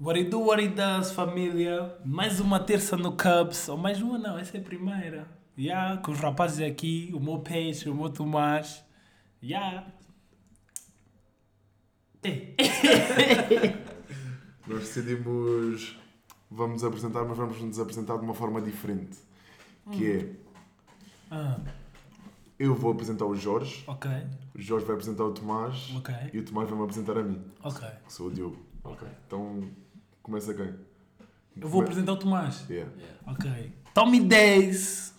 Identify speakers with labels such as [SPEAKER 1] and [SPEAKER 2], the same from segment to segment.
[SPEAKER 1] What it do, what it does, família? Mais uma terça no Cubs, ou mais uma não, essa é a primeira. Yeah, com os rapazes aqui, o meu peixe, o meu Tomás. Yeah. Ei.
[SPEAKER 2] Nós decidimos. Vamos apresentar, mas vamos nos apresentar de uma forma diferente. Que
[SPEAKER 1] Hum.
[SPEAKER 2] é.
[SPEAKER 1] Ah,
[SPEAKER 2] Eu vou apresentar o Jorge,
[SPEAKER 1] ok,
[SPEAKER 2] o Jorge vai apresentar o Tomás
[SPEAKER 1] Ok.
[SPEAKER 2] e o Tomás vai me apresentar a mim,
[SPEAKER 1] ok.
[SPEAKER 2] que sou o Diogo.
[SPEAKER 3] Ok.
[SPEAKER 2] Então, começa quem?
[SPEAKER 1] Eu vou
[SPEAKER 2] Come-
[SPEAKER 1] apresentar o Tomás.
[SPEAKER 2] Yeah.
[SPEAKER 1] Ok. Tommy 10.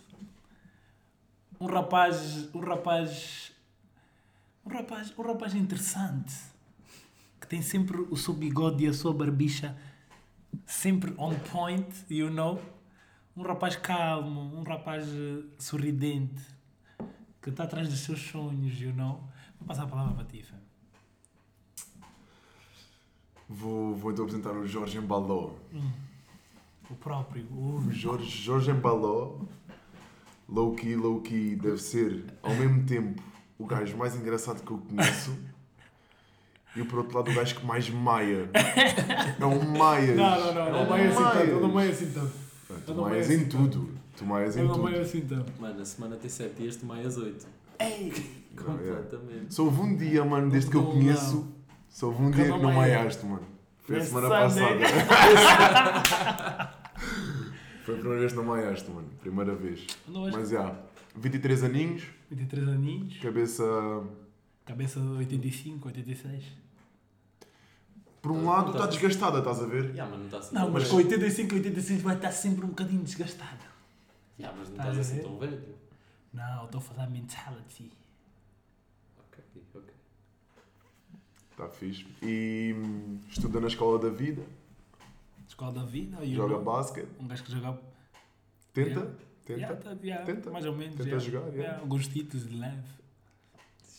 [SPEAKER 1] Um rapaz. Um rapaz. Um rapaz. Um rapaz interessante. Que tem sempre o seu bigode e a sua barbicha sempre on point, you know. Um rapaz calmo, um rapaz eh, sorridente, que está atrás dos seus sonhos, you know. Vou passar a palavra para ti, fam.
[SPEAKER 2] Vou, vou então apresentar o Jorge Embaló.
[SPEAKER 1] O próprio, o
[SPEAKER 2] O Jorge, Jorge Embaló, low key, low key, deve ser ao mesmo tempo o gajo mais engraçado que eu conheço e por outro lado o gajo que mais maia. É um maia. um
[SPEAKER 3] Não, não, não. Não vai assim tanto. Ele não vai assim tanto.
[SPEAKER 2] Tu
[SPEAKER 3] não
[SPEAKER 2] maias
[SPEAKER 3] maia
[SPEAKER 2] em tudo. Tu maias
[SPEAKER 3] Ele
[SPEAKER 2] em
[SPEAKER 3] não vai
[SPEAKER 2] tudo.
[SPEAKER 3] assim tanto.
[SPEAKER 4] Mano, a semana tem 7 dias, tu mais 8. Completamente.
[SPEAKER 2] Só houve um dia, mano, desde que eu
[SPEAKER 3] Não,
[SPEAKER 2] conheço, só houve um dia que
[SPEAKER 3] não
[SPEAKER 2] não
[SPEAKER 3] maia.
[SPEAKER 2] maiaste, mano. Foi a
[SPEAKER 3] Last
[SPEAKER 2] semana
[SPEAKER 3] Sunday.
[SPEAKER 2] passada. Foi a primeira vez que não maiaste, mano. Primeira vez.
[SPEAKER 1] Não, acho-
[SPEAKER 2] Mas é- já, 23 aninhos,
[SPEAKER 1] 23 aninhos,
[SPEAKER 2] cabeça.
[SPEAKER 1] cabeça de 85, 86.
[SPEAKER 2] Por um
[SPEAKER 4] Tá-
[SPEAKER 2] lado
[SPEAKER 4] tá-
[SPEAKER 2] está desgastada, estás a ver?
[SPEAKER 4] Yeah, mas não está assim
[SPEAKER 1] Não,
[SPEAKER 4] tão
[SPEAKER 1] mas com
[SPEAKER 4] velho.
[SPEAKER 1] 85, 86 vai estar sempre um bocadinho desgastada.
[SPEAKER 4] Yeah, mas não
[SPEAKER 1] Estás
[SPEAKER 4] estás
[SPEAKER 1] a
[SPEAKER 4] assim
[SPEAKER 1] ver?
[SPEAKER 4] tão velho.
[SPEAKER 1] Não, estou a falar mentality.
[SPEAKER 4] Ok, ok.
[SPEAKER 2] Está Tá fixe. E hum, estuda na escola da vida,
[SPEAKER 1] Escola da vida, you
[SPEAKER 2] joga
[SPEAKER 1] know.
[SPEAKER 2] basquete,
[SPEAKER 1] Um gajo que joga.
[SPEAKER 2] tenta,
[SPEAKER 1] Yeah.
[SPEAKER 2] tenta.
[SPEAKER 1] Yeah, tá, yeah,
[SPEAKER 2] Tenta.
[SPEAKER 1] Mais ou menos.
[SPEAKER 2] Tenta
[SPEAKER 1] yeah.
[SPEAKER 2] jogar, yeah.
[SPEAKER 1] Alguns títulos de leve.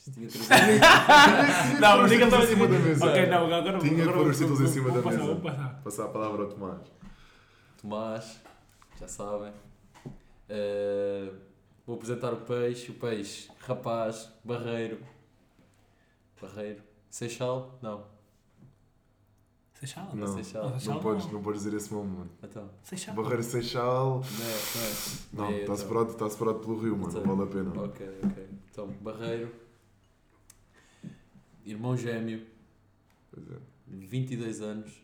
[SPEAKER 4] Tinha três anos.
[SPEAKER 2] Não,
[SPEAKER 1] mas
[SPEAKER 2] diga
[SPEAKER 1] diga-me assim.
[SPEAKER 2] em cima da mesa.
[SPEAKER 1] Ok, não, agora
[SPEAKER 2] Tinha
[SPEAKER 1] agora
[SPEAKER 2] que pôr os
[SPEAKER 1] vou-
[SPEAKER 2] títulos em
[SPEAKER 1] vou-
[SPEAKER 2] cima
[SPEAKER 1] vou
[SPEAKER 2] da
[SPEAKER 1] passar,
[SPEAKER 2] mesa.
[SPEAKER 1] Vou passar.
[SPEAKER 2] Passar a palavra ao Tomás.
[SPEAKER 4] Tomás, já sabem. Eh, vou apresentar o peixe, o peixe, rapaz, barreiro. Barreiro. Seixal? Não,
[SPEAKER 1] Seixal?
[SPEAKER 4] não,
[SPEAKER 2] Não.
[SPEAKER 4] é Seixal.
[SPEAKER 1] Não. Seixal
[SPEAKER 2] Não podes, não podes dizer esse nome, mano.
[SPEAKER 4] Então.
[SPEAKER 1] Seixal.
[SPEAKER 2] Barreiro Seixal.
[SPEAKER 4] tá Não,
[SPEAKER 2] Não,
[SPEAKER 4] é, não é.
[SPEAKER 2] está
[SPEAKER 4] então.
[SPEAKER 2] separado, está separado pelo Rio, mano. Não vale a pena.
[SPEAKER 4] Tá Ok, ok. Então, barreiro. Irmão gêmeo,
[SPEAKER 2] Pois é.
[SPEAKER 4] 22 anos.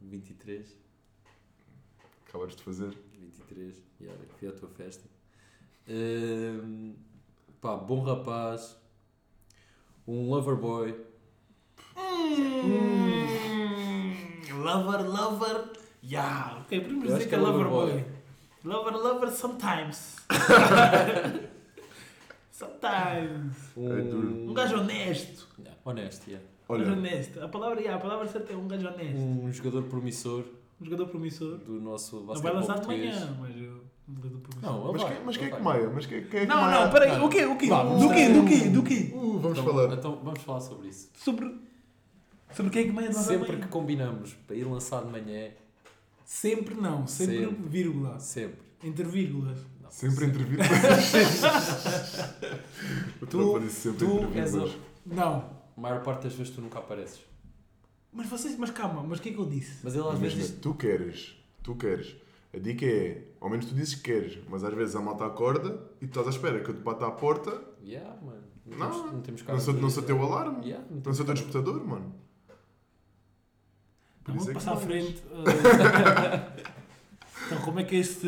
[SPEAKER 4] 23.
[SPEAKER 2] Acabaste de fazer.
[SPEAKER 4] 23, yeah, fui à tua festa. Ehm, pá, bom rapaz. Um loverboy.
[SPEAKER 1] Hum, Lover, lover. Yeah. Ok, podemos
[SPEAKER 4] Eu
[SPEAKER 1] dizer
[SPEAKER 4] acho
[SPEAKER 1] que é
[SPEAKER 4] que é
[SPEAKER 1] lover boy.
[SPEAKER 4] lover
[SPEAKER 1] Lover, lover sometimes. sometimes.
[SPEAKER 2] É duro.
[SPEAKER 4] Um,
[SPEAKER 1] Um gajo honesto.
[SPEAKER 4] Yeah, honesto, yeah.
[SPEAKER 1] Um gajo
[SPEAKER 2] Olha,
[SPEAKER 1] honesto. A palavra, yeah, a palavra certa é um gajo honesto.
[SPEAKER 4] Um jogador promissor
[SPEAKER 1] Um jogador promissor.
[SPEAKER 4] do nosso
[SPEAKER 1] Não vai
[SPEAKER 4] basquetebol
[SPEAKER 1] lançar de
[SPEAKER 4] é português.
[SPEAKER 1] manhã, mas eu- um jogador promissor.
[SPEAKER 4] Não, ele
[SPEAKER 2] mas
[SPEAKER 4] vai,
[SPEAKER 2] quem, mas
[SPEAKER 4] ele
[SPEAKER 2] quem é que
[SPEAKER 4] vai.
[SPEAKER 2] maia? Mas quem, quem é que
[SPEAKER 1] Não,
[SPEAKER 2] maia?
[SPEAKER 1] não, peraí, o quê, o quê?
[SPEAKER 4] Vá, vamos
[SPEAKER 1] Do quê,
[SPEAKER 2] lá.
[SPEAKER 1] do quê, do quê?
[SPEAKER 2] Uh, vamos
[SPEAKER 4] Então,
[SPEAKER 2] falar.
[SPEAKER 4] então vamos falar sobre isso.
[SPEAKER 1] Sobre, sobre quem é que meia nós
[SPEAKER 4] Sempre que combinamos para ir lançar de manhã,
[SPEAKER 1] Sempre não, sempre,
[SPEAKER 4] Sempre.
[SPEAKER 1] vírgula.
[SPEAKER 4] sempre.
[SPEAKER 1] Entre vírgulas.
[SPEAKER 4] Não,
[SPEAKER 2] Sempre entrevista. o Tomás disse sempre
[SPEAKER 4] tu és
[SPEAKER 2] entrevistas.
[SPEAKER 1] Não.
[SPEAKER 4] A maior parte das vezes tu nunca apareces.
[SPEAKER 1] Mas vocês, mas calma, mas o que é que eu disse?
[SPEAKER 4] Mas ele às
[SPEAKER 2] Mas
[SPEAKER 4] vezes
[SPEAKER 2] mesmo, tu queres, tu queres. A dica é, ao menos tu dizes que queres, mas às vezes a malta acorda e tu estás à espera que eu te bata à porta.
[SPEAKER 4] diz. Yeah, mano. Não,
[SPEAKER 2] Não,
[SPEAKER 4] temos, não temos
[SPEAKER 2] Não sou, não sou teu alarme,
[SPEAKER 4] Yeah, não
[SPEAKER 2] não
[SPEAKER 4] temos
[SPEAKER 2] sou teu
[SPEAKER 4] cara.
[SPEAKER 2] despertador, mano. Por
[SPEAKER 1] Não,
[SPEAKER 2] isso
[SPEAKER 1] vou
[SPEAKER 2] é que
[SPEAKER 1] passar à
[SPEAKER 2] vais.
[SPEAKER 1] frente. eh. então, como é que este.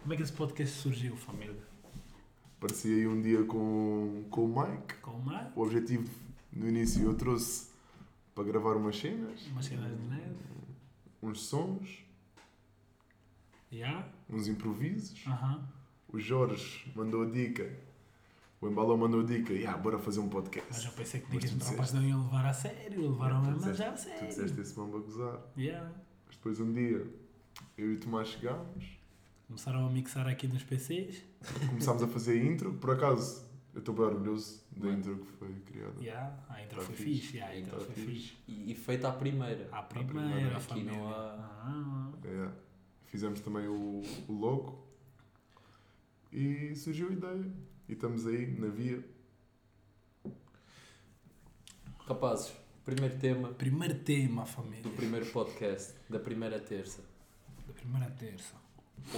[SPEAKER 1] Como é que esse podcast surgiu, família?
[SPEAKER 2] Apareci aí um dia com, com o Mike.
[SPEAKER 1] Com o Mar,
[SPEAKER 2] O objetivo no início eu trouxe para gravar umas cenas,
[SPEAKER 1] umas cenas de neve.
[SPEAKER 2] uns sons,
[SPEAKER 1] Yeah.
[SPEAKER 2] uns improvisos.
[SPEAKER 1] Aham.
[SPEAKER 2] O Jorge mandou a dica. O Embalão mandou a dica. Yeah, bora fazer um
[SPEAKER 1] Mas eu
[SPEAKER 2] podcast.
[SPEAKER 1] pensei que
[SPEAKER 2] Mas
[SPEAKER 1] ninguém
[SPEAKER 2] tu
[SPEAKER 1] os rapazes não iam levar a sério, levaram
[SPEAKER 2] Yeah, tu
[SPEAKER 1] mesmo a
[SPEAKER 2] disseste-
[SPEAKER 1] já a
[SPEAKER 2] Tu
[SPEAKER 1] sério.
[SPEAKER 2] disseste esse mambo a gozar.
[SPEAKER 1] Yeah.
[SPEAKER 2] Mas depois um dia eu e o Tomás chegámos,
[SPEAKER 1] Começaram a mixar aqui nos PCs.
[SPEAKER 2] começámos a fazer intro. Por acaso Eu estou bem orgulhoso da intro que foi criada.
[SPEAKER 1] Yeah, a intro
[SPEAKER 2] Tá
[SPEAKER 1] ah, então foi
[SPEAKER 2] fixe.
[SPEAKER 1] fixe. Yeah, a intro
[SPEAKER 2] Tá
[SPEAKER 1] foi
[SPEAKER 2] fixe.
[SPEAKER 1] fixe.
[SPEAKER 4] E, e feita à primeira.
[SPEAKER 1] A
[SPEAKER 2] primeira,
[SPEAKER 1] primeira, a
[SPEAKER 4] aqui
[SPEAKER 1] família.
[SPEAKER 4] não há.
[SPEAKER 1] Ah,
[SPEAKER 2] É. Fizemos também o, o logo e surgiu a ideia. E estamos aí na via.
[SPEAKER 4] Rapazes, primeiro tema
[SPEAKER 1] primeiro tema, família.
[SPEAKER 4] do primeiro podcast, da primeira terça.
[SPEAKER 1] Da primeira terça.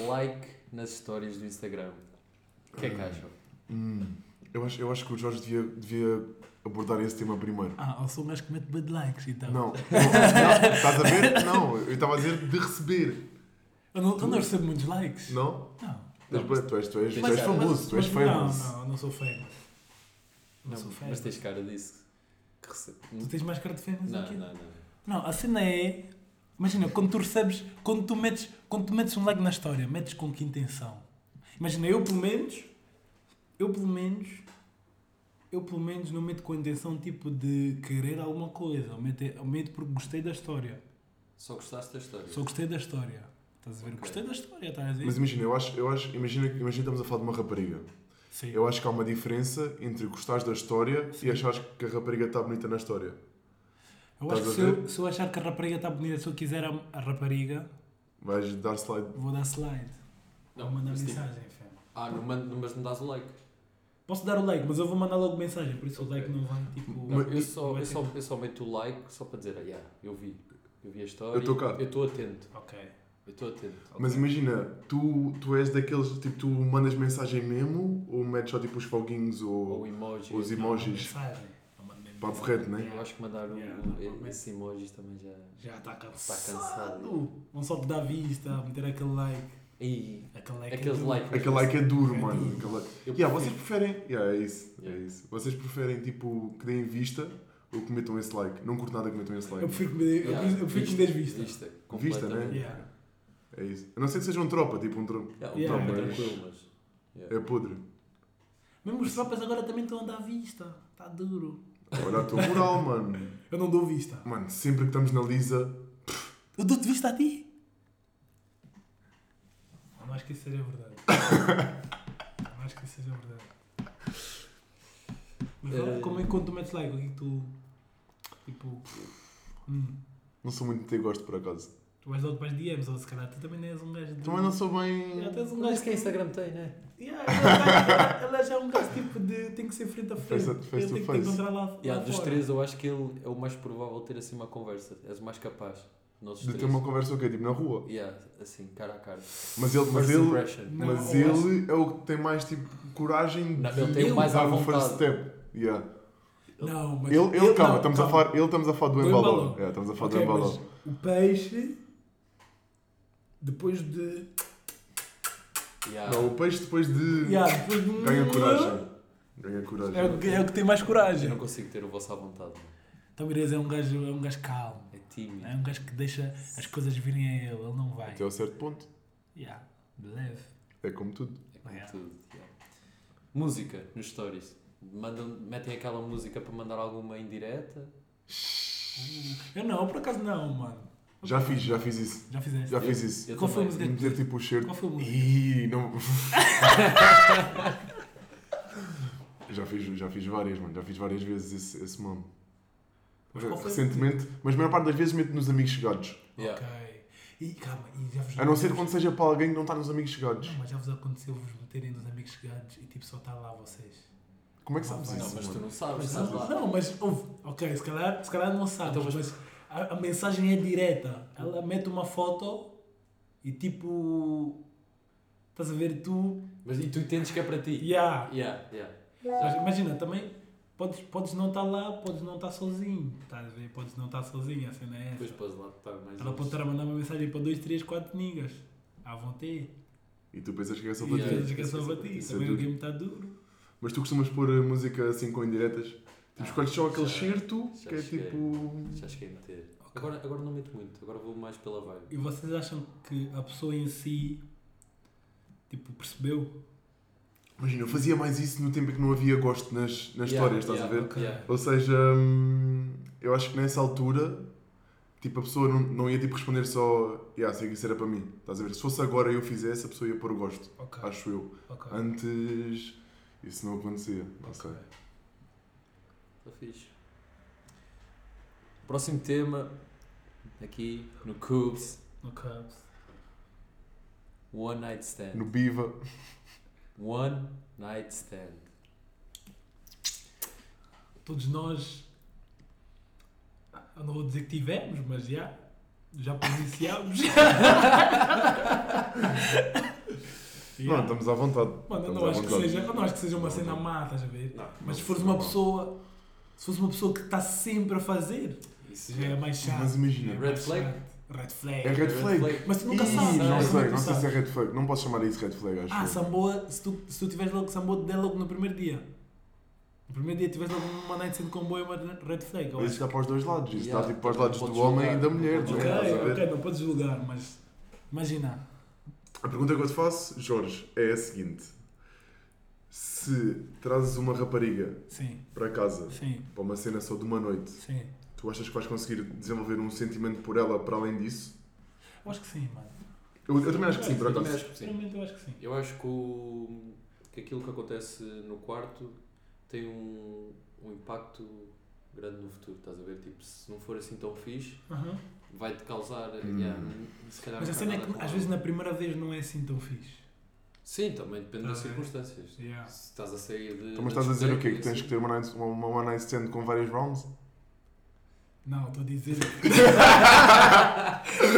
[SPEAKER 4] Like nas histórias do Instagram. O que é que acham?
[SPEAKER 2] Hum, eu, acho, eu acho que o Jorge devia, devia abordar esse tema primeiro.
[SPEAKER 1] Ah, eu sou um gajo que mete bad likes então.
[SPEAKER 2] Não, não, estás a ver? Não, eu estava a dizer de receber.
[SPEAKER 1] Eu não, eu não recebo muitos likes.
[SPEAKER 2] Não?
[SPEAKER 1] Não.
[SPEAKER 4] Não,
[SPEAKER 2] Mas, tu és, tu és, tu
[SPEAKER 4] mas-
[SPEAKER 2] és famoso, tu és
[SPEAKER 1] é, mas-
[SPEAKER 2] famoso.
[SPEAKER 1] Não, não, eu não sou famous. Não, sou famous.
[SPEAKER 4] mas tens cara disso. Que rece...
[SPEAKER 1] Tu tens mais cara de famous
[SPEAKER 4] Não,
[SPEAKER 1] aqui?
[SPEAKER 4] não, não.
[SPEAKER 1] Não, a cena é. Imagina, quando tu recebes, quando tu metes, quando tu metes um like na história, metes com que intenção? Imagina, eu pelo menos, eu pelo menos, eu pelo menos não meto com a intenção tipo de querer alguma coisa, eu meto, eu meto porque gostei da história,
[SPEAKER 4] Só gostaste da história.
[SPEAKER 1] só gostei da história. Estás a ver?
[SPEAKER 4] Ok.
[SPEAKER 1] Gostei da história, estás a ver?
[SPEAKER 2] Mas imagina, eu acho, eu acho, imagina, imagina que estamos a falar de uma rapariga.
[SPEAKER 1] Sim.
[SPEAKER 2] Eu acho que há uma diferença entre gostares da história e achares que a rapariga está bonita na história.
[SPEAKER 1] Eu acho que
[SPEAKER 2] Estás
[SPEAKER 1] se
[SPEAKER 2] a
[SPEAKER 1] eu,
[SPEAKER 2] ver?
[SPEAKER 1] se eu achar que a rapariga está bonita, se eu quiser a, a rapariga,
[SPEAKER 2] Vais dar slide.
[SPEAKER 1] vou dar slide.
[SPEAKER 4] Não,
[SPEAKER 1] vou mandar
[SPEAKER 4] mas tipo,
[SPEAKER 1] mensagem, fé.
[SPEAKER 4] Ah, não mando, mas não dás o like.
[SPEAKER 1] Posso dar o like, mas eu vou mandar logo mensagem, por isso o
[SPEAKER 4] Ok.
[SPEAKER 1] like não vai tipo.
[SPEAKER 4] Não,
[SPEAKER 2] Mas-
[SPEAKER 4] eu, só,
[SPEAKER 1] vai
[SPEAKER 4] eu,
[SPEAKER 1] ter-
[SPEAKER 4] só, eu só meto o like só para dizer, ah, yeah, eu vi. Eu vi a história.
[SPEAKER 2] Eu tô cá.
[SPEAKER 4] Eu estou atento.
[SPEAKER 1] Ok.
[SPEAKER 4] Eu estou atento.
[SPEAKER 2] Mas imagina, tu, tu és daqueles, tipo, tu mandas mensagem mesmo ou metes só tipo os foguinhos
[SPEAKER 4] Ou
[SPEAKER 2] ou
[SPEAKER 4] emoji.
[SPEAKER 2] os
[SPEAKER 1] Não, uma
[SPEAKER 2] emojis?
[SPEAKER 1] mensagem. Não mando nem
[SPEAKER 2] Papo
[SPEAKER 1] mensagem.
[SPEAKER 2] reto, né?
[SPEAKER 4] Eu acho que mandar um,
[SPEAKER 1] Yeah,
[SPEAKER 4] um,
[SPEAKER 1] não,
[SPEAKER 4] esse emojis também já.
[SPEAKER 1] Já está cansado.
[SPEAKER 4] Está tá cansado.
[SPEAKER 1] Não só te dá vista, meter aquele like.
[SPEAKER 4] E
[SPEAKER 1] Aquele like. é
[SPEAKER 4] aqueles
[SPEAKER 1] duro.
[SPEAKER 4] likes.
[SPEAKER 2] Aquele like é duro,
[SPEAKER 1] É
[SPEAKER 2] mano.
[SPEAKER 1] duro.
[SPEAKER 2] Aquele like- Yeah,
[SPEAKER 4] Eu prefiro-
[SPEAKER 2] vocês preferem. Yeah, é isso, é
[SPEAKER 4] Yeah.
[SPEAKER 2] isso. Vocês preferem tipo que deem vista ou que metam esse like? Não curto nada que metam esse
[SPEAKER 1] Eu
[SPEAKER 2] like.
[SPEAKER 1] prefiro que me dê- eu
[SPEAKER 4] Yeah,
[SPEAKER 1] prefiro- eu prefiro que me dês vista.
[SPEAKER 4] Vista,
[SPEAKER 2] Vista, né?
[SPEAKER 4] completamente.
[SPEAKER 1] Yeah.
[SPEAKER 2] É isso. A não ser que seja um tropa, tipo um tropa.
[SPEAKER 4] Yeah,
[SPEAKER 1] Yeah,
[SPEAKER 4] um
[SPEAKER 2] mas-
[SPEAKER 4] tropa tranquilo, mas.
[SPEAKER 2] É podre.
[SPEAKER 1] Mesmo os tropas agora também estão a dar vista. Está duro.
[SPEAKER 2] Olha a tua moral, mano.
[SPEAKER 1] Eu não dou vista.
[SPEAKER 2] Mano, sempre que estamos na Lisa,
[SPEAKER 1] Eu dou-te vista a ti. Eu não acho que isso seja verdade. Eu não acho que isso seja verdade. Mas
[SPEAKER 4] Eh,
[SPEAKER 1] como é que quando tu metes like, o que é que tu. Tipo. hum,
[SPEAKER 2] não sou muito de ter gosto por acaso.
[SPEAKER 1] tu vais logo para as DMs, ou se calhar tu também não és um gajo de.
[SPEAKER 2] Também não sou
[SPEAKER 1] Já
[SPEAKER 2] bem.
[SPEAKER 1] tens um gajo que.
[SPEAKER 4] Instagram tem, né?
[SPEAKER 1] Yeah, é ela- ela já é um gajo tipo de. tem que ser frente a frente.
[SPEAKER 2] Face a- face
[SPEAKER 1] Ele tem
[SPEAKER 2] to
[SPEAKER 1] que te
[SPEAKER 2] face.
[SPEAKER 1] encontrar lá. lá
[SPEAKER 4] Yeah, dos
[SPEAKER 1] fora.
[SPEAKER 4] três, eu acho que ele é o mais provável de ter assim uma conversa. És o mais capaz. Nós os
[SPEAKER 2] De ter
[SPEAKER 4] três.
[SPEAKER 2] uma conversa o quê? Tipo na rua.
[SPEAKER 4] Yeah, assim, cara a cara.
[SPEAKER 2] Mas ele, mas
[SPEAKER 4] First
[SPEAKER 2] ele,
[SPEAKER 4] impression.
[SPEAKER 1] Não,
[SPEAKER 2] Mas
[SPEAKER 1] eu
[SPEAKER 2] ele é o que tem mais tipo coragem
[SPEAKER 4] Não,
[SPEAKER 2] de
[SPEAKER 4] ele tem
[SPEAKER 1] o
[SPEAKER 4] mais à
[SPEAKER 2] dar o first
[SPEAKER 4] vontade.
[SPEAKER 2] step. Yeah.
[SPEAKER 1] Não, mas.
[SPEAKER 2] Ele, ele, calma,
[SPEAKER 1] não,
[SPEAKER 2] estamos a falar, ele estamos a falar do
[SPEAKER 1] Do
[SPEAKER 2] embalão.
[SPEAKER 1] Embalão.
[SPEAKER 2] É, estamos a falar do
[SPEAKER 1] Ok,
[SPEAKER 2] embalão.
[SPEAKER 1] mas o peixe. Depois de.
[SPEAKER 4] Yeah.
[SPEAKER 2] Não, o peixe depois de
[SPEAKER 1] Yeah, depois de... um
[SPEAKER 2] ganha coragem. Ganha
[SPEAKER 1] É o,
[SPEAKER 2] coragem.
[SPEAKER 1] que, é o que tem mais
[SPEAKER 4] Eu não
[SPEAKER 1] coragem.
[SPEAKER 4] consigo ter o vosso à vontade.
[SPEAKER 1] Tamires é um gajo, é um gajo calmo.
[SPEAKER 4] É tímido.
[SPEAKER 1] É um gajo que deixa as coisas virem a ele, ele não vai.
[SPEAKER 2] Até ao certo ponto.
[SPEAKER 1] Yeah, de leve.
[SPEAKER 2] É como tudo.
[SPEAKER 4] É como
[SPEAKER 1] Yeah.
[SPEAKER 4] tudo. yeah. Música nos stories. Mandam, metem aquela música para mandar alguma indireta.
[SPEAKER 1] Eu não, por acaso não, mano.
[SPEAKER 2] Já fiz, já fiz isso.
[SPEAKER 1] Já fizeste?
[SPEAKER 2] Já fiz isso.
[SPEAKER 4] Eu
[SPEAKER 1] Qual foi a
[SPEAKER 4] também.
[SPEAKER 1] música
[SPEAKER 2] De
[SPEAKER 1] que
[SPEAKER 2] meter
[SPEAKER 1] tu
[SPEAKER 2] tipo o cheiro.
[SPEAKER 1] Qual foi a música?
[SPEAKER 2] Ih, não. já, fiz, já fiz várias, mano. Já fiz várias vezes esse, esse meme.
[SPEAKER 1] Mas qual foi?
[SPEAKER 2] Recentemente, mas a maior parte das vezes meto nos amigos chegados.
[SPEAKER 4] Yeah.
[SPEAKER 1] Ok. E calma, e já vos
[SPEAKER 2] A não ser quando seja para alguém que não está nos amigos chegados.
[SPEAKER 1] Não, mas já vos aconteceu vos meterem nos amigos chegados e tipo só está lá vocês.
[SPEAKER 2] Como é que sabes
[SPEAKER 1] Não,
[SPEAKER 2] isso?
[SPEAKER 4] Não, mas tu
[SPEAKER 2] mano?
[SPEAKER 4] não sabes,
[SPEAKER 1] Mas
[SPEAKER 4] estás
[SPEAKER 1] não,
[SPEAKER 4] lá.
[SPEAKER 1] não, mas ouve, ok, se calhar, se calhar não sabes,
[SPEAKER 4] Então, mas-
[SPEAKER 1] mas, a, a mensagem é direta. Ela mete uma foto e tipo. Estás a ver tu.
[SPEAKER 4] Mas e tu entendes que é para ti.
[SPEAKER 1] Yeah.
[SPEAKER 4] Yeah, yeah.
[SPEAKER 1] Mas imagina, também podes, podes não estar lá, podes não estar sozinho. Estás a ver? Podes não estar sozinho, a cena é
[SPEAKER 4] Depois
[SPEAKER 1] essa.
[SPEAKER 4] pôs lá tá mais
[SPEAKER 1] Ela
[SPEAKER 4] uns.
[SPEAKER 1] pode estar a mandar uma mensagem para dois, três, quatro niggas. À vontade.
[SPEAKER 2] E tu pensas que é só para
[SPEAKER 1] E às
[SPEAKER 4] Yeah.
[SPEAKER 2] ti.
[SPEAKER 1] vezes que é só para ti.
[SPEAKER 2] Isso é
[SPEAKER 1] Também o
[SPEAKER 2] duro.
[SPEAKER 1] game está duro.
[SPEAKER 2] Mas tu costumas pôr a música assim com indiretas? Tipo,
[SPEAKER 4] Ah,
[SPEAKER 2] escolhes só aquele
[SPEAKER 4] já-
[SPEAKER 2] certo
[SPEAKER 4] já
[SPEAKER 2] que é
[SPEAKER 4] cheguei.
[SPEAKER 2] tipo.
[SPEAKER 4] Já cheguei a meter. Agora, agora não meto muito, agora vou mais pela vibe.
[SPEAKER 1] E vocês acham que a pessoa em si. Tipo, percebeu?
[SPEAKER 2] Imagina, eu fazia mais isso no tempo em que não havia gosto nas, nas
[SPEAKER 4] Yeah,
[SPEAKER 2] histórias, estás
[SPEAKER 4] yeah,
[SPEAKER 2] a ver?
[SPEAKER 4] ok.
[SPEAKER 2] Ou seja, hum, eu acho que nessa altura, tipo, a pessoa não, não ia tipo, responder só, yeah, sei que isso era para mim, estás a ver? Se fosse agora e eu fizesse, a pessoa ia pôr o gosto,
[SPEAKER 1] Ok.
[SPEAKER 2] acho eu.
[SPEAKER 1] ok.
[SPEAKER 2] Antes, Isso não acontecia. Não sei.
[SPEAKER 4] Está tá fixe. Próximo tema, aqui no Cubes,
[SPEAKER 1] No Cubs.
[SPEAKER 4] One Night Stand.
[SPEAKER 2] No Biva.
[SPEAKER 4] One Night Stand.
[SPEAKER 1] Todos nós. Eu não vou dizer que tivemos, mas já. Já presenciámos.
[SPEAKER 2] Não, estamos à vontade.
[SPEAKER 1] Mano, eu
[SPEAKER 2] Estamos
[SPEAKER 1] não
[SPEAKER 2] à
[SPEAKER 1] acho, que
[SPEAKER 2] vontade.
[SPEAKER 1] seja, eu não acho que seja uma
[SPEAKER 2] Estamos à
[SPEAKER 1] cena
[SPEAKER 2] vontade.
[SPEAKER 1] má, estás a ver?
[SPEAKER 4] Não,
[SPEAKER 1] Mas se
[SPEAKER 2] Não,
[SPEAKER 1] fores
[SPEAKER 2] não
[SPEAKER 1] uma
[SPEAKER 2] é mal.
[SPEAKER 1] pessoa. Se fosse uma pessoa que está sempre a fazer,
[SPEAKER 4] Isso
[SPEAKER 1] já é mais chato.
[SPEAKER 2] Mas imagina.
[SPEAKER 1] É
[SPEAKER 4] Red
[SPEAKER 1] mais
[SPEAKER 4] flag?
[SPEAKER 1] chato. Red flag.
[SPEAKER 2] É red flag.
[SPEAKER 1] Mas tu nunca
[SPEAKER 2] Ih,
[SPEAKER 1] sabes.
[SPEAKER 2] Não
[SPEAKER 1] né?
[SPEAKER 2] sei,
[SPEAKER 1] Tu
[SPEAKER 2] não sei se é
[SPEAKER 1] sabes.
[SPEAKER 2] red flag. Não posso chamar isso red flag, acho.
[SPEAKER 1] Ah,
[SPEAKER 2] eu.
[SPEAKER 1] Samboa, se tu, se tu tiveres logo Samboa, dê logo no primeiro dia. No primeiro dia tiveres logo uma night sendo comboio, uma red flag. eu
[SPEAKER 2] Mas
[SPEAKER 1] acho.
[SPEAKER 2] isso dá para os dois lados. Isso
[SPEAKER 4] Yeah,
[SPEAKER 2] dá tipo para os
[SPEAKER 4] não
[SPEAKER 2] lados do
[SPEAKER 4] podes
[SPEAKER 2] homem
[SPEAKER 4] julgar,
[SPEAKER 2] e da
[SPEAKER 4] não
[SPEAKER 2] mulher.
[SPEAKER 4] podes
[SPEAKER 2] não é?
[SPEAKER 1] Ok,
[SPEAKER 4] julgar.
[SPEAKER 2] Estás a ver?
[SPEAKER 1] ok, não podes julgar, mas imagina.
[SPEAKER 2] A pergunta que eu te faço, Jorge, é a seguinte: se trazes uma rapariga
[SPEAKER 1] Sim,
[SPEAKER 2] para casa
[SPEAKER 1] sim,
[SPEAKER 2] para uma cena só de uma noite,
[SPEAKER 1] sim.
[SPEAKER 2] tu achas que vais conseguir desenvolver um sentimento por ela para além disso?
[SPEAKER 1] Eu acho que sim, mano.
[SPEAKER 2] Eu, eu também acho que sim, por
[SPEAKER 4] Eu também
[SPEAKER 2] acaso.
[SPEAKER 4] acho que sim.
[SPEAKER 1] Realmente eu acho que sim.
[SPEAKER 4] Eu acho que, o- que aquilo que acontece no quarto tem um, um impacto grande no futuro, estás a ver? Tipo, se não for assim tão fixe,
[SPEAKER 1] Aham.
[SPEAKER 4] vai-te causar.
[SPEAKER 2] Hum.
[SPEAKER 4] yeah, se calhar
[SPEAKER 1] Mas
[SPEAKER 4] não
[SPEAKER 1] a
[SPEAKER 4] quer
[SPEAKER 1] cena é
[SPEAKER 4] nada
[SPEAKER 1] que
[SPEAKER 4] com
[SPEAKER 1] às
[SPEAKER 4] ela.
[SPEAKER 1] vezes na primeira vez não é assim tão fixe.
[SPEAKER 4] Sim, também depende das
[SPEAKER 1] Ah, é.
[SPEAKER 4] circunstâncias.
[SPEAKER 1] Yeah.
[SPEAKER 4] Se estás a sair de.
[SPEAKER 2] Então, mas estás a dizer o quê?
[SPEAKER 4] discoteca
[SPEAKER 2] Que
[SPEAKER 4] e
[SPEAKER 2] tens
[SPEAKER 4] assim.
[SPEAKER 2] que ter uma night- uma- uma one night stand com vários rounds?
[SPEAKER 1] Não, estou a dizer.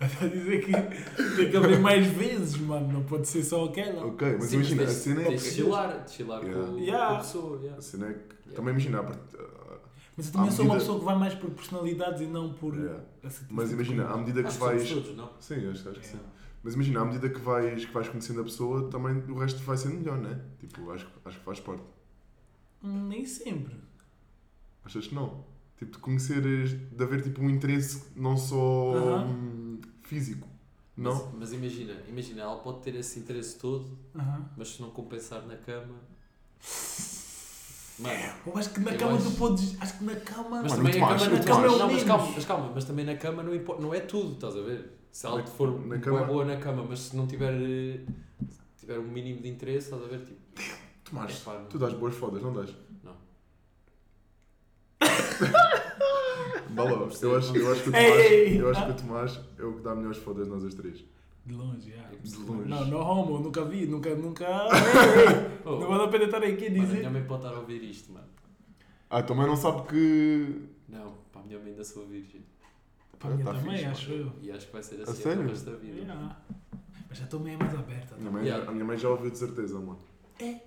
[SPEAKER 1] Estou a dizer que tem que haver mais vezes, mano. Não pode ser só aquela.
[SPEAKER 2] Ok, mas
[SPEAKER 4] Sim,
[SPEAKER 2] imagina, a
[SPEAKER 4] tens-
[SPEAKER 2] cena é
[SPEAKER 4] tens de
[SPEAKER 2] que.
[SPEAKER 4] chilar, de chilar
[SPEAKER 2] Yeah.
[SPEAKER 4] Com,
[SPEAKER 1] Yeah.
[SPEAKER 4] com a pessoa.
[SPEAKER 2] A
[SPEAKER 4] Yeah.
[SPEAKER 2] cena é que.
[SPEAKER 4] Yeah.
[SPEAKER 2] Também imagina, a part- ah,
[SPEAKER 1] Mas eu também
[SPEAKER 2] À
[SPEAKER 1] sou uma
[SPEAKER 2] medida-
[SPEAKER 1] pessoa que vai mais por personalidades e não por.
[SPEAKER 2] yeah.
[SPEAKER 1] esse tipo
[SPEAKER 2] mas
[SPEAKER 1] de
[SPEAKER 2] imagina, à
[SPEAKER 1] coisa.
[SPEAKER 2] medida é que
[SPEAKER 4] Acho que
[SPEAKER 2] vais.
[SPEAKER 4] somos todos, não?
[SPEAKER 2] Sim, acho, acho que sim.
[SPEAKER 1] Yeah.
[SPEAKER 2] Mas imagina, à medida que vais, que vais conhecendo a pessoa, também o resto vai sendo melhor, não é? Tipo, acho, que- acho que faz parte.
[SPEAKER 1] Hum, Nem sempre.
[SPEAKER 2] Achas que não? Tipo, de conheceres, de haver tipo um interesse não só
[SPEAKER 1] Aham.
[SPEAKER 2] hum, físico. Não?
[SPEAKER 4] Mas, mas imagina, imagina, ela pode ter esse interesse todo,
[SPEAKER 1] Aham.
[SPEAKER 4] mas se não compensar na cama. Mano,
[SPEAKER 1] Eu acho que na
[SPEAKER 4] Eu
[SPEAKER 1] cama
[SPEAKER 4] acho-
[SPEAKER 1] tu podes. Acho que na cama.
[SPEAKER 4] mas
[SPEAKER 2] É, Mano,
[SPEAKER 4] também
[SPEAKER 2] muito
[SPEAKER 4] a cama,
[SPEAKER 2] mais,
[SPEAKER 4] na
[SPEAKER 2] muito
[SPEAKER 4] cama
[SPEAKER 2] mais.
[SPEAKER 4] não, mas
[SPEAKER 1] Menos.
[SPEAKER 4] calma, mas calma, mas também na cama não, impo- não é tudo, estás a ver? Se ela
[SPEAKER 2] Na-
[SPEAKER 4] for
[SPEAKER 2] na
[SPEAKER 4] bué
[SPEAKER 2] cama-
[SPEAKER 4] boa na cama, mas se não tiver eh, se tiver um mínimo de interesse, estás a ver? Tipo,
[SPEAKER 2] Tomás,
[SPEAKER 4] é pá, não-
[SPEAKER 2] tu dás boas fodas, não dás?
[SPEAKER 4] Não.
[SPEAKER 2] Balão, eu acho, eu acho que o
[SPEAKER 1] Ei,
[SPEAKER 2] Tomás,
[SPEAKER 1] ei, Ah. ei.
[SPEAKER 2] eu acho que o Tomás é o que dá melhores fodas nós os três.
[SPEAKER 1] De longe,
[SPEAKER 4] é
[SPEAKER 1] yeah.
[SPEAKER 2] De longe.
[SPEAKER 1] Não, não homo, nunca vi, nunca, nunca. Ei, ei,
[SPEAKER 4] Oh,
[SPEAKER 1] Não vale a pena estar aqui a
[SPEAKER 4] mano, a
[SPEAKER 1] dizer.
[SPEAKER 4] minha mãe pode estar a ouvir isto, mano.
[SPEAKER 2] Ah, também não sabe que.
[SPEAKER 4] Não, para a minha mãe ainda sou virgem.
[SPEAKER 1] Para mim
[SPEAKER 2] Tá
[SPEAKER 1] também,
[SPEAKER 2] fixe,
[SPEAKER 1] acho eu.
[SPEAKER 4] E acho que vai ser
[SPEAKER 2] A
[SPEAKER 4] assim até
[SPEAKER 2] sério?
[SPEAKER 4] o resto da vida.
[SPEAKER 1] Yeah. Mas já estou meio mais né? aberta.
[SPEAKER 2] Minha mãe,
[SPEAKER 4] Yeah.
[SPEAKER 2] A minha mãe já ouviu de certeza, mano.
[SPEAKER 1] Temos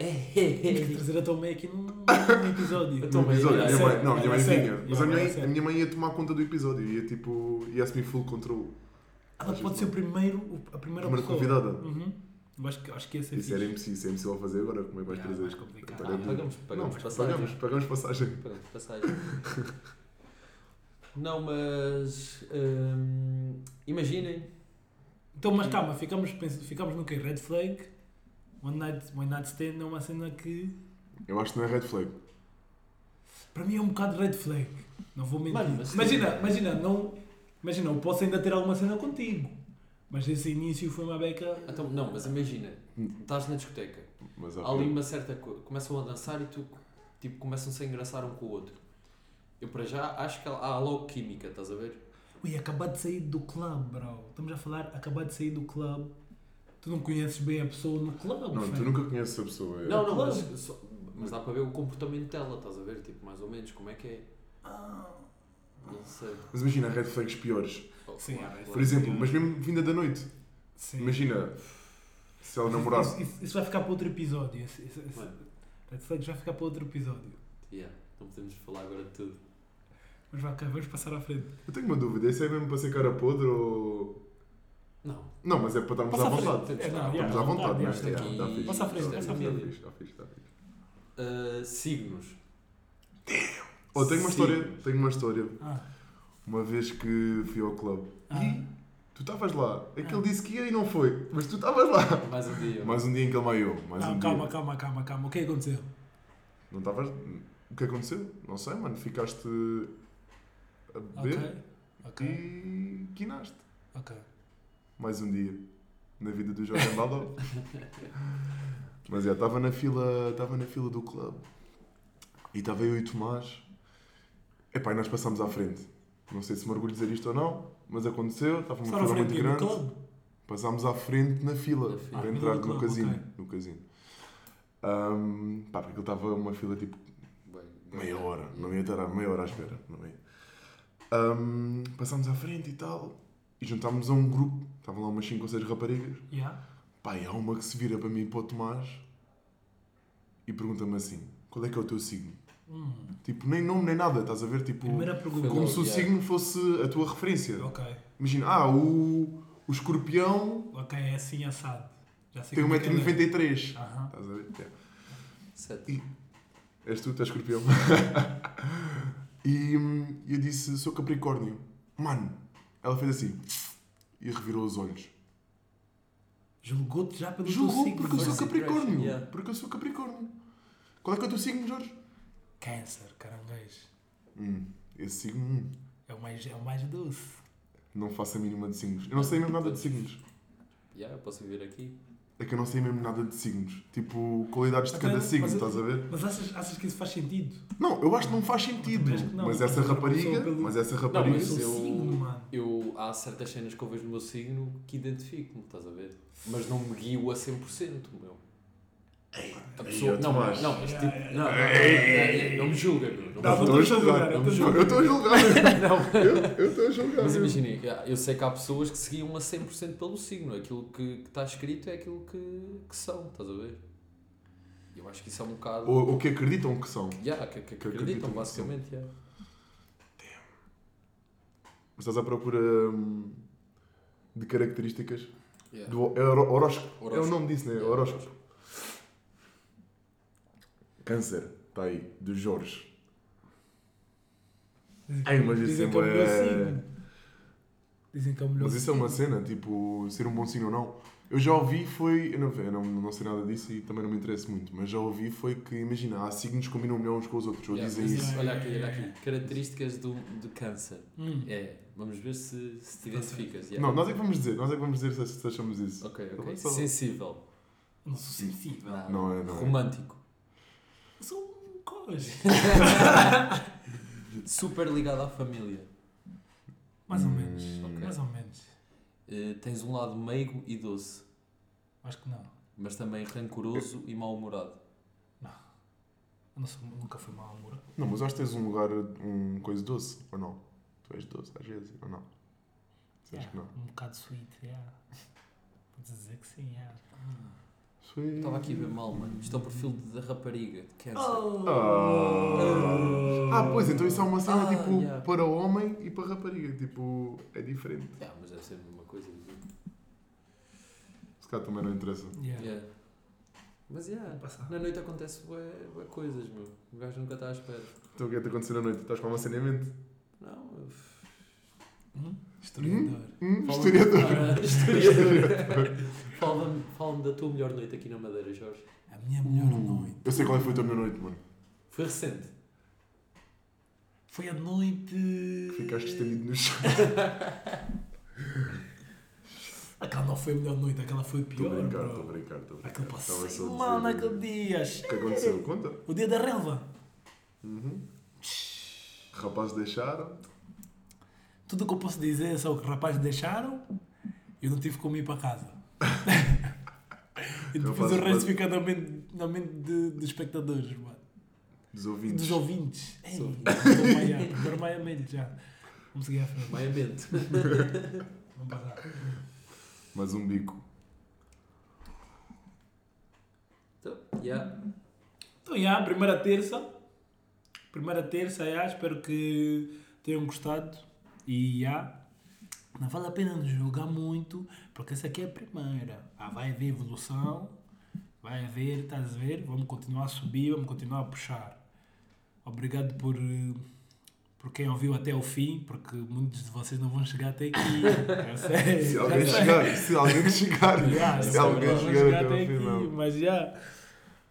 [SPEAKER 4] É.
[SPEAKER 1] que trazer a tua mãe aqui num, num episódio.
[SPEAKER 4] Eu tô- Tua
[SPEAKER 2] No
[SPEAKER 4] mãe-
[SPEAKER 2] episódio, a minha mãe,
[SPEAKER 4] é sério,
[SPEAKER 2] não, a minha
[SPEAKER 1] é
[SPEAKER 2] mãe
[SPEAKER 1] sério.
[SPEAKER 2] vinha. Mas
[SPEAKER 1] Yeah,
[SPEAKER 2] a minha,
[SPEAKER 1] é
[SPEAKER 2] mãe- a
[SPEAKER 1] sério.
[SPEAKER 2] minha mãe ia tomar conta do episódio, ia tipo. ia assumir full control.
[SPEAKER 1] Ela pode ser o primeiro, o- a primeira,
[SPEAKER 2] Primeira
[SPEAKER 1] pessoa.
[SPEAKER 2] convidada.
[SPEAKER 1] Uhum. Eu acho que, acho que ia ser
[SPEAKER 2] Isso
[SPEAKER 1] fixe.
[SPEAKER 2] era impossível, isso é impossível a fazer agora, como é que vais
[SPEAKER 1] Yeah,
[SPEAKER 2] trazer?
[SPEAKER 1] mais complicado.
[SPEAKER 2] Agora é
[SPEAKER 1] Ah,
[SPEAKER 2] muito-
[SPEAKER 4] Pagamos, pagamos
[SPEAKER 2] não,
[SPEAKER 4] passagem.
[SPEAKER 2] pagamos, pagamos passagem.
[SPEAKER 4] Pagamos passagem. Não, mas. hum, imaginem.
[SPEAKER 1] Então, mas calma, ficamos, pens- ficamos no quê? Red flag? One night, one night stand é uma cena que.
[SPEAKER 2] Eu acho que não é red flag.
[SPEAKER 1] Para mim é um bocado red flag. Não vou mentir.
[SPEAKER 4] Mano, mas-
[SPEAKER 1] imagina, imagina, não. Imagina, eu posso ainda ter alguma cena contigo. Mas esse início foi uma beca.
[SPEAKER 4] Então, não, mas imagina. Estás na discoteca.
[SPEAKER 2] Mas
[SPEAKER 4] Há ali um uma certa coisa. Começam a dançar e tu, tipo, começam-se a engraçar um com o outro. Eu, para já, acho que há logo química, estás a ver?
[SPEAKER 1] Ui, acabar de sair do club, bro. Estamos a falar, acabar de sair do club. Tu não conheces bem a pessoa no club,
[SPEAKER 2] Não, tu
[SPEAKER 1] fam.
[SPEAKER 2] nunca conheces a pessoa. é.
[SPEAKER 4] Não, não,
[SPEAKER 1] claro.
[SPEAKER 4] mas, só- mas dá para ver o comportamento dela, estás a ver? Tipo, mais ou menos, como é que é.
[SPEAKER 1] Ah.
[SPEAKER 4] Não sei.
[SPEAKER 2] Mas imagina red flags piores.
[SPEAKER 4] Oh,
[SPEAKER 1] Sim, é assim.
[SPEAKER 4] claro,
[SPEAKER 2] Por
[SPEAKER 4] claro.
[SPEAKER 2] exemplo, mas mesmo vinda da noite.
[SPEAKER 1] Sim.
[SPEAKER 2] Imagina se é ela namorar.
[SPEAKER 1] Isso, isso- isso vai ficar para outro episódio. Esse, esse, esse-
[SPEAKER 4] Mano,
[SPEAKER 1] Red flags vai ficar para outro episódio.
[SPEAKER 4] yeah, não podemos falar agora de tudo.
[SPEAKER 1] Mas vá cá, vamos passar à frente.
[SPEAKER 2] Eu tenho uma dúvida, isso é mesmo para ser cara podre ou.
[SPEAKER 4] Não.
[SPEAKER 2] Não, mas é para estarmos
[SPEAKER 1] Passa
[SPEAKER 2] à
[SPEAKER 1] à
[SPEAKER 2] vontade.
[SPEAKER 1] frente. É,
[SPEAKER 4] Estamos
[SPEAKER 1] não,
[SPEAKER 4] à
[SPEAKER 1] já,
[SPEAKER 2] Estamos à vontade, não
[SPEAKER 1] já,
[SPEAKER 2] é?
[SPEAKER 1] já.
[SPEAKER 4] isto
[SPEAKER 2] É,
[SPEAKER 4] aqui-
[SPEAKER 2] Está fixe.
[SPEAKER 1] Passa à frente,
[SPEAKER 2] Está
[SPEAKER 1] passa à
[SPEAKER 2] fixe,
[SPEAKER 1] frente.
[SPEAKER 2] Está fixe, está fixe.
[SPEAKER 4] Uh, signos.
[SPEAKER 2] Oh, tenho uma
[SPEAKER 4] Sim.
[SPEAKER 2] história, tenho uma história.
[SPEAKER 1] Ah,
[SPEAKER 2] Uma vez que fui ao clube. E tu estavas lá. É que ele disse que ia e não foi. Mas tu estavas lá.
[SPEAKER 4] Mais um dia.
[SPEAKER 2] Mais um dia em que ele maiou. Mais
[SPEAKER 1] não,
[SPEAKER 2] um
[SPEAKER 1] calma,
[SPEAKER 2] dia.
[SPEAKER 1] calma, calma, calma. O que é que aconteceu?
[SPEAKER 2] Não estavas. O que aconteceu? Não sei, mano. Ficaste a beber
[SPEAKER 1] Ok. Ok.
[SPEAKER 2] e quinaste.
[SPEAKER 1] Ok.
[SPEAKER 2] Mais um dia na vida do Jordan Baldo. Mas é, estava na fila, estava na fila do clube. E estava eu e o Tomás. Epá, e nós passámos à frente. Não sei se me orgulho de dizer isto ou não, mas aconteceu, estava uma
[SPEAKER 1] Só na
[SPEAKER 2] fila
[SPEAKER 1] frente
[SPEAKER 2] muito
[SPEAKER 1] do no
[SPEAKER 2] grande.
[SPEAKER 1] clube.
[SPEAKER 2] Passámos à frente na fila,
[SPEAKER 4] Na fila.
[SPEAKER 2] para
[SPEAKER 1] Ah,
[SPEAKER 2] entrar
[SPEAKER 1] no
[SPEAKER 2] no,
[SPEAKER 1] clube,
[SPEAKER 2] casino.
[SPEAKER 1] ok.
[SPEAKER 2] No casino. Ahm, pá, porque ele estava uma fila tipo
[SPEAKER 4] Bem, bem,
[SPEAKER 2] meia hora, não ia estar a meia hora à espera, não ia. Ahm, passámos à frente e tal, e juntámos a um grupo, estavam lá umas 5 ou 6 raparigas.
[SPEAKER 1] Yeah.
[SPEAKER 2] Pá, e há uma que se vira para mim e para o Tomás e pergunta-me assim: qual é que é o teu signo? Tipo, nem nome nem nada, estás a ver? Tipo,
[SPEAKER 1] Hum. Primeira pergunta.
[SPEAKER 2] como se o
[SPEAKER 4] Yeah.
[SPEAKER 2] signo fosse a tua referência.
[SPEAKER 1] Ok,
[SPEAKER 2] Imagina, ah, o, o escorpião
[SPEAKER 1] ok, é assim assado. Já sei
[SPEAKER 2] tem
[SPEAKER 1] como é que é.
[SPEAKER 2] 1,93m.
[SPEAKER 1] Aham.
[SPEAKER 2] Ah. Estás a ver? Yeah. um
[SPEAKER 4] Sete.
[SPEAKER 2] E és tu, tu és escorpião. e hum, eu disse, sou capricórnio. Mano, ela fez assim e revirou os olhos.
[SPEAKER 1] Julgou-te já pelo teu
[SPEAKER 2] Julgou
[SPEAKER 1] signo. assim,
[SPEAKER 2] porque eu sou
[SPEAKER 1] Jorge.
[SPEAKER 2] capricórnio.
[SPEAKER 4] Yeah.
[SPEAKER 2] Porque eu sou capricórnio. Qual é que é o teu signo, Jorge?
[SPEAKER 1] Câncer, caranguejo.
[SPEAKER 2] Hum, esse signo, hum,
[SPEAKER 1] É o mais, é o mais doce.
[SPEAKER 2] não faço a mínima de signos. Eu não sei mesmo nada de signos.
[SPEAKER 4] Yeah, eu posso viver aqui.
[SPEAKER 2] É que eu não sei mesmo nada de signos. Tipo, qualidades de
[SPEAKER 1] Até-
[SPEAKER 2] cada signo,
[SPEAKER 1] mas-
[SPEAKER 2] estás a ver?
[SPEAKER 1] Mas achas, achas que isso faz sentido?
[SPEAKER 2] Não, eu acho que não faz sentido.
[SPEAKER 1] também acho que não.
[SPEAKER 2] Mas essa
[SPEAKER 1] Mas eu não sou
[SPEAKER 2] rapariga,
[SPEAKER 1] pelo-
[SPEAKER 2] Ah, mas é essa
[SPEAKER 4] Não,
[SPEAKER 2] rapariga,
[SPEAKER 4] mas
[SPEAKER 1] sou
[SPEAKER 4] eu-
[SPEAKER 1] signo, mano.
[SPEAKER 4] Eu, há certas cenas que eu vejo no meu signo que identifico-me, estás a ver? Mas não me guio a 100%, meu. A pessoa,
[SPEAKER 2] ei,
[SPEAKER 4] não,
[SPEAKER 2] Tomás.
[SPEAKER 4] não, mas tipo,
[SPEAKER 1] Ei,
[SPEAKER 4] não, não, não, não, não, não me julga, meu.
[SPEAKER 2] Não,
[SPEAKER 4] Não, me
[SPEAKER 2] eu estou
[SPEAKER 4] julga.
[SPEAKER 2] a
[SPEAKER 1] julgar, eu
[SPEAKER 2] julgar. Eu
[SPEAKER 1] estou a
[SPEAKER 2] estou a julgar.
[SPEAKER 4] Não.
[SPEAKER 2] Eu eu estou a julgar.
[SPEAKER 4] Mas
[SPEAKER 2] meu.
[SPEAKER 4] imaginem, eu sei que há pessoas que seguiam a 100% pelo signo. Aquilo que que está escrito é aquilo que, que são, estás a ver? Eu acho que isso é um bocado.
[SPEAKER 2] Ou, ou que acreditam que são.
[SPEAKER 4] Yeah, que, que, que
[SPEAKER 2] que
[SPEAKER 4] acreditam,
[SPEAKER 2] acreditam,
[SPEAKER 4] basicamente. Yeah.
[SPEAKER 2] Mas estás à procura hum, de características
[SPEAKER 4] Yeah.
[SPEAKER 2] do é hor- horóscopo. É o
[SPEAKER 4] Horóscopo.
[SPEAKER 2] nome disso, né?
[SPEAKER 4] Yeah,
[SPEAKER 2] Horóscopo. Câncer, está aí, do Jorge. Ai, mas isso
[SPEAKER 1] Dizem que é o
[SPEAKER 2] é-
[SPEAKER 1] melhor signo. Dizem que é o melhor
[SPEAKER 2] Mas isso é
[SPEAKER 1] signo.
[SPEAKER 2] uma cena, tipo, ser um bom signo ou não. Eu já ouvi, foi. Eu não, eu não, não sei nada disso e também não me interessa muito, mas já ouvi, foi que, imagina, há signos que combinam melhor uns com os outros, ou
[SPEAKER 4] Yeah,
[SPEAKER 2] dizem
[SPEAKER 4] mas
[SPEAKER 2] isso.
[SPEAKER 4] Olha aqui, olha aqui. Características do, do câncer.
[SPEAKER 1] Hum.
[SPEAKER 4] É, vamos ver se, se te identificas. Yeah.
[SPEAKER 2] Não, nós é que vamos dizer, nós é que vamos dizer se, se achamos isso.
[SPEAKER 4] Ok,
[SPEAKER 2] Eu
[SPEAKER 4] ok.
[SPEAKER 2] sou-
[SPEAKER 4] Sensível.
[SPEAKER 1] Não sou sensível.
[SPEAKER 2] Não é, não é.
[SPEAKER 4] Romântico.
[SPEAKER 1] Eu sou um cojo.
[SPEAKER 4] Super ligado à família.
[SPEAKER 1] Mais ou
[SPEAKER 2] Hum,
[SPEAKER 1] menos.
[SPEAKER 4] ok.
[SPEAKER 1] Mais ou menos.
[SPEAKER 4] Eh, tens um lado meigo e doce,
[SPEAKER 1] Acho que não.
[SPEAKER 4] mas também rancoroso e mal-humorado.
[SPEAKER 1] Eu não sou, nunca fui mal humorado.
[SPEAKER 2] Não, mas acho que tens um lugar, um coisa doce, ou não? Tu és doce, às vezes, ou não? Acho
[SPEAKER 1] Yeah,
[SPEAKER 2] que não.
[SPEAKER 1] Um bocado sweet, yeah. Vou dizer que sim, yeah.
[SPEAKER 2] Sweet.
[SPEAKER 4] Estava aqui a ver mal, mano. Isto é o perfil de- da rapariga, é de câncer.
[SPEAKER 1] Oh.
[SPEAKER 2] Ah. Ah, pois, então isso é uma cena
[SPEAKER 4] Ah,
[SPEAKER 2] tipo
[SPEAKER 4] yeah.
[SPEAKER 2] para o homem e para a rapariga. Tipo, é diferente.
[SPEAKER 4] Ah, mas deve ser a mesma coisa. assim.
[SPEAKER 2] Se calhar também não interessa.
[SPEAKER 1] Yeah.
[SPEAKER 4] Yeah. Mas yeah,
[SPEAKER 2] Hum?
[SPEAKER 1] Passar.
[SPEAKER 4] na noite acontece bué, bué coisas, meu. O gajo nunca está à espera.
[SPEAKER 2] Então o que é que te aconteceu na noite? Estás com uma cena em mente?
[SPEAKER 4] Não, eu-
[SPEAKER 1] Hum? Historiador.
[SPEAKER 2] Hum,
[SPEAKER 4] Fala-me-
[SPEAKER 2] historiador.
[SPEAKER 4] Ah, historiador. Fala-me fala da tua melhor noite aqui na Madeira, Jorge.
[SPEAKER 1] A minha melhor noite.
[SPEAKER 2] Eu sei qual é que foi a tua melhor noite, mano.
[SPEAKER 4] Foi recente.
[SPEAKER 1] Foi a noite.
[SPEAKER 2] Que Ficaste estendido no chão.
[SPEAKER 1] Aquela não foi a melhor noite, aquela foi a
[SPEAKER 2] Estou
[SPEAKER 1] pior.
[SPEAKER 2] a brincar,
[SPEAKER 1] bro.
[SPEAKER 2] estou a brincar. estou a brincar.
[SPEAKER 1] Aquele
[SPEAKER 2] Estava só a
[SPEAKER 1] passeio,
[SPEAKER 2] dizer-
[SPEAKER 1] mano, aquele dia.
[SPEAKER 2] O que aconteceu? Conta.
[SPEAKER 1] O dia da relva.
[SPEAKER 2] Uhum. Rapazes deixaram.
[SPEAKER 1] Tudo o que eu posso dizer é só o que os rapazes deixaram e eu não tive como ir para casa. e depois o
[SPEAKER 2] Rapazes,
[SPEAKER 1] resto
[SPEAKER 2] mas-
[SPEAKER 1] fica na mente, na mente de- dos espectadores, mano.
[SPEAKER 2] Dos
[SPEAKER 1] E
[SPEAKER 2] ouvintes.
[SPEAKER 1] dos ouvintes. Ei,
[SPEAKER 4] Sou-
[SPEAKER 1] Estou maiado, estou maiamente já. Vamos seguir à frente.
[SPEAKER 4] Maiamente.
[SPEAKER 1] Vamos passar.
[SPEAKER 2] Mas um bico.
[SPEAKER 4] Então, yeah.
[SPEAKER 1] Então, já, primeira terça. Primeira terça, já, espero que tenham gostado. E já, não vale a pena nos julgar muito, porque essa aqui é a primeira. Ah, vai haver evolução, vai haver, estás a ver? Vamos continuar a subir, vamos continuar a puxar. Obrigado por, eh, por quem ouviu até o fim, porque muitos de vocês não vão chegar até aqui. É Eu sei,
[SPEAKER 2] Se
[SPEAKER 1] eu
[SPEAKER 2] alguém
[SPEAKER 1] sei.
[SPEAKER 2] chegar, se alguém chegar,
[SPEAKER 1] Yeah,
[SPEAKER 2] Tá se
[SPEAKER 1] eu
[SPEAKER 2] alguém
[SPEAKER 1] vou
[SPEAKER 2] chegar
[SPEAKER 1] chegar
[SPEAKER 2] até
[SPEAKER 1] até
[SPEAKER 2] ao
[SPEAKER 1] aqui,
[SPEAKER 2] final.
[SPEAKER 1] mas já.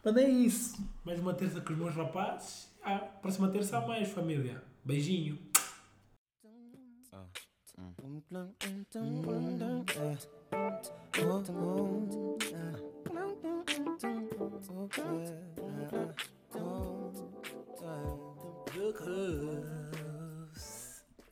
[SPEAKER 1] Mas é isso. Mais uma terça com os meus rapazes. Ah, próxima terça há mais, família. Beijinho.
[SPEAKER 5] Mm. don't, don't, don't, don't, don't, don't, don't, don't, don't, don't,